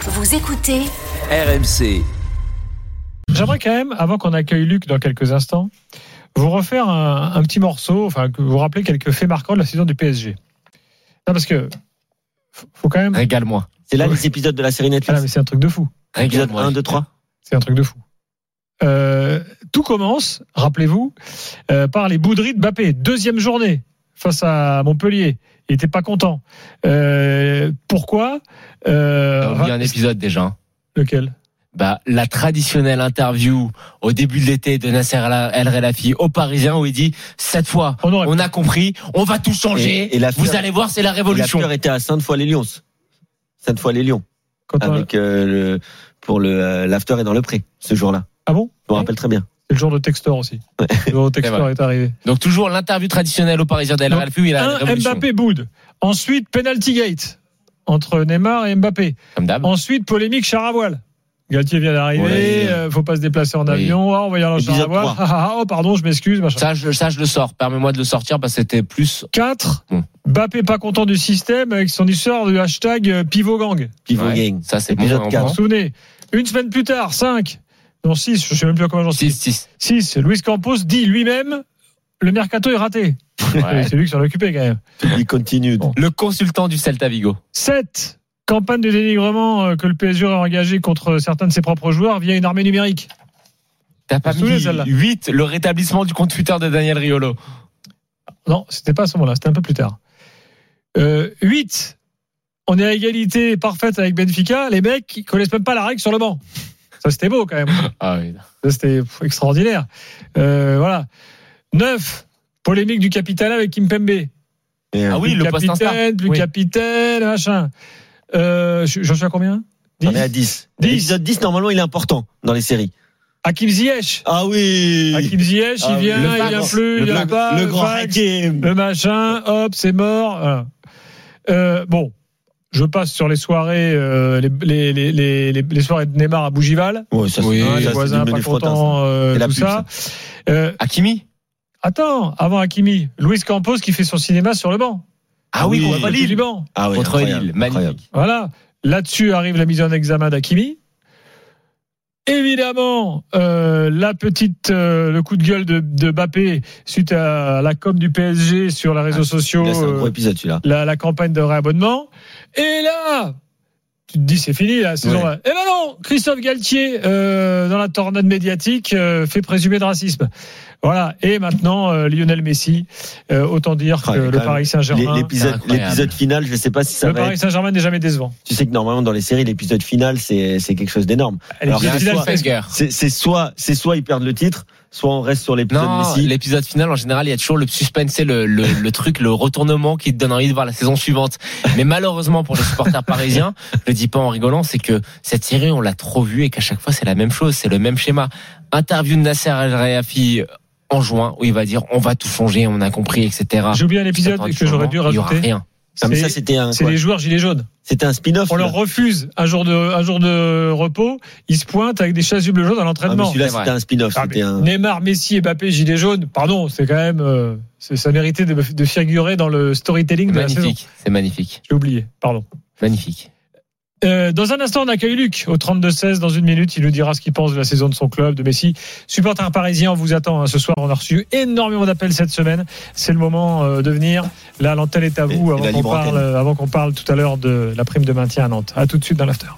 Vous écoutez RMC. J'aimerais quand même, avant qu'on accueille Luc dans quelques instants, vous refaire un, un petit morceau, enfin, que vous rappeler quelques faits marquants de la saison du PSG. Non, parce que faut- faut quand même. Régale-moi. C'est là les épisodes de la série Ah non, Netflix. mais c'est un truc de fou. Épisode Régale-moi. 1, 2, 3. C'est un truc de fou. Euh, tout commence, rappelez-vous, euh, par les bouderies de Mbappé. Deuxième journée face à Montpellier. Il n'était pas content. Euh, pourquoi Euh, T'as oublié un épisode déjà. hein. Lequel Bah, la traditionnelle interview au début de l'été de Nasser El- El Relafi au Parisien où il dit cette fois On aurait on a compris, on va tout changer. Et- et la Vous fleur- allez voir, c'est la La révolution. fleur était à Sainte-Foy-les-Lions. Sainte-Foy-les-Lions. quand on- Avec euh, le, pour le, euh, l'after est dans le pré, ce jour-là. Ah bon Je me rappelle très bien. C'est le jour de Textor aussi. Le jour de Textor est arrivé. Donc toujours l'interview traditionnelle au Parisien d'El Donc, Relafi où il a la Un, révolution. Mbappé boude. Ensuite, penalty gate entre Neymar et Mbappé. Comme d'hab. Ensuite, polémique char à voile. Galtier vient d'arriver, Oui. euh, faut pas se déplacer en Oui. avion, Ah, on va y aller en char à Épisode voile. trois. Ah, ah, ah, oh pardon, je m'excuse, machin. Ça je, ça, je le sors. Permets-moi de le sortir parce que c'était plus. 4. Bon. Mbappé pas content du système avec son histoire du hashtag euh, pivot gang. Pivot Ouais, Gang. Ça, c'est bon. Épisode on Vous vous prend. quatre. souvenez Une semaine plus tard, 5. Non, 6, je sais même plus à combien j'en suis. Six, six. 6. Luis Campos dit lui-même le mercato est raté. Ouais. C'est lui qui s'en occupait quand même. Il continue. Bon. Le consultant du Celta Vigo. 7. Campagne de dénigrement euh, que le PSG aurait engagée contre certains de ses propres joueurs via une armée numérique. T'as pas Vous souvenez, mis celle-là 8, le rétablissement du compte Twitter de Daniel Riolo. Non, c'était pas à ce moment-là, c'était un peu plus tard. 8. On est à égalité parfaite avec Benfica. Les mecs, ils connaissent même pas la règle sur le banc. Ça, c'était beau quand même. Ah oui. Ça, C'était pff, extraordinaire. Euh, voilà. 9. Polémique du capitaine avec Kimpembe. Et, euh, Ah oui, Plus le post Insta. capitaine, plus Oui. capitaine, machin. Euh, je- J'en suis à combien On 10. est à 10. 10. L'épisode 10, normalement, il est important dans les séries. Hakim Ziyech. Ah oui Hakim Ziyech, Ah il oui. vient, Le il Vax. vient plus, Le il vient Vax. pas. Le grand Vax, Hakim. Le machin, hop, c'est mort. Voilà. Euh, bon, je passe sur les soirées, euh, les, les, les, les, les- les soirées de Neymar à Bougival. Ouais, ça, c'est- Oui, ça, Hein, c'est les du voisins pas menu frottin, ça. contents, euh, Et la tout pub, ça. Euh, Hakimi attends, avant Hakimi, Luis Campos qui fait son cinéma sur le banc. Ah oui, Oui. contre Depuis Lille. le banc. Ah oui, Contre incroyable, Lille, magnifique. incroyable. Voilà. Là-dessus arrive la mise en examen d'Akimi. Évidemment, euh, la petite, euh, le coup de gueule de, de Mbappé suite à la com du PSG sur les réseaux sociaux, Ah, Là, C'est un gros euh, épisode, celui-là. la, la campagne de réabonnement. Et là, tu te dis c'est fini la saison. là. Et ben non, Christophe Galtier euh, dans la tornade médiatique euh, fait présumer de racisme. Voilà. Et maintenant euh, Lionel Messi, euh, autant dire Ah, que il est le quand même- Paris L'é- Saint-Germain, L'épisode C'est incroyable. l'épisode final, je sais pas si ça le va Paris être... Saint-Germain n'est jamais décevant. Tu sais que normalement, dans les séries, l'épisode final, c'est c'est quelque chose d'énorme. Elle est Alors, il y a un finale, choix. c'est- Fenger. C'est c'est soit, c'est soit ils perdent le titre, soit on reste sur l'épisode Non, Messi. l'épisode final, en général, il y a toujours le suspense, c'est le, le, le truc, le retournement qui te donne envie de voir la saison suivante. Mais malheureusement pour les supporters parisiens, je le dis pas en rigolant, c'est que cette série, on l'a trop vue et qu'à chaque fois, c'est la même chose, c'est le même schéma. Interview de Nasser El Raifi en juin, où il va dire on va tout changer, on a compris, etc. J'ai oublié un épisode Attends, que j'aurais dû il y aura rajouter. rien. Ah, mais ça, C'est c'était un, c'est quoi. Ah, les joueurs gilets jaunes. C'était un spin-off. On là. leur refuse un jour de, un jour de repos. Ils se pointent avec des chasubles jaunes à Ah, mais l'entraînement. celui-là, C'est vrai. c'était un spin-off. Ah, c'était mais un- Neymar, Messi et Mbappé, gilets jaunes. Pardon, c'est quand même, euh, c'est- ça méritait de, de figurer dans le storytelling de la saison. Magnifique, c'est magnifique, J'ai oublié. Pardon. magnifique. Euh, dans un instant, on accueille Luc au 32-16. Dans une minute, il nous dira ce qu'il pense de la saison de son club, de Messi. Supporter parisien, on vous attend hein, ce soir. On a reçu énormément d'appels cette semaine. C'est le moment euh, de venir. Là, l'antenne est à Et- vous et avant la qu'on libre parle, antenne. avant qu'on parle tout à l'heure de la prime de maintien à Nantes. À tout de suite dans l'after.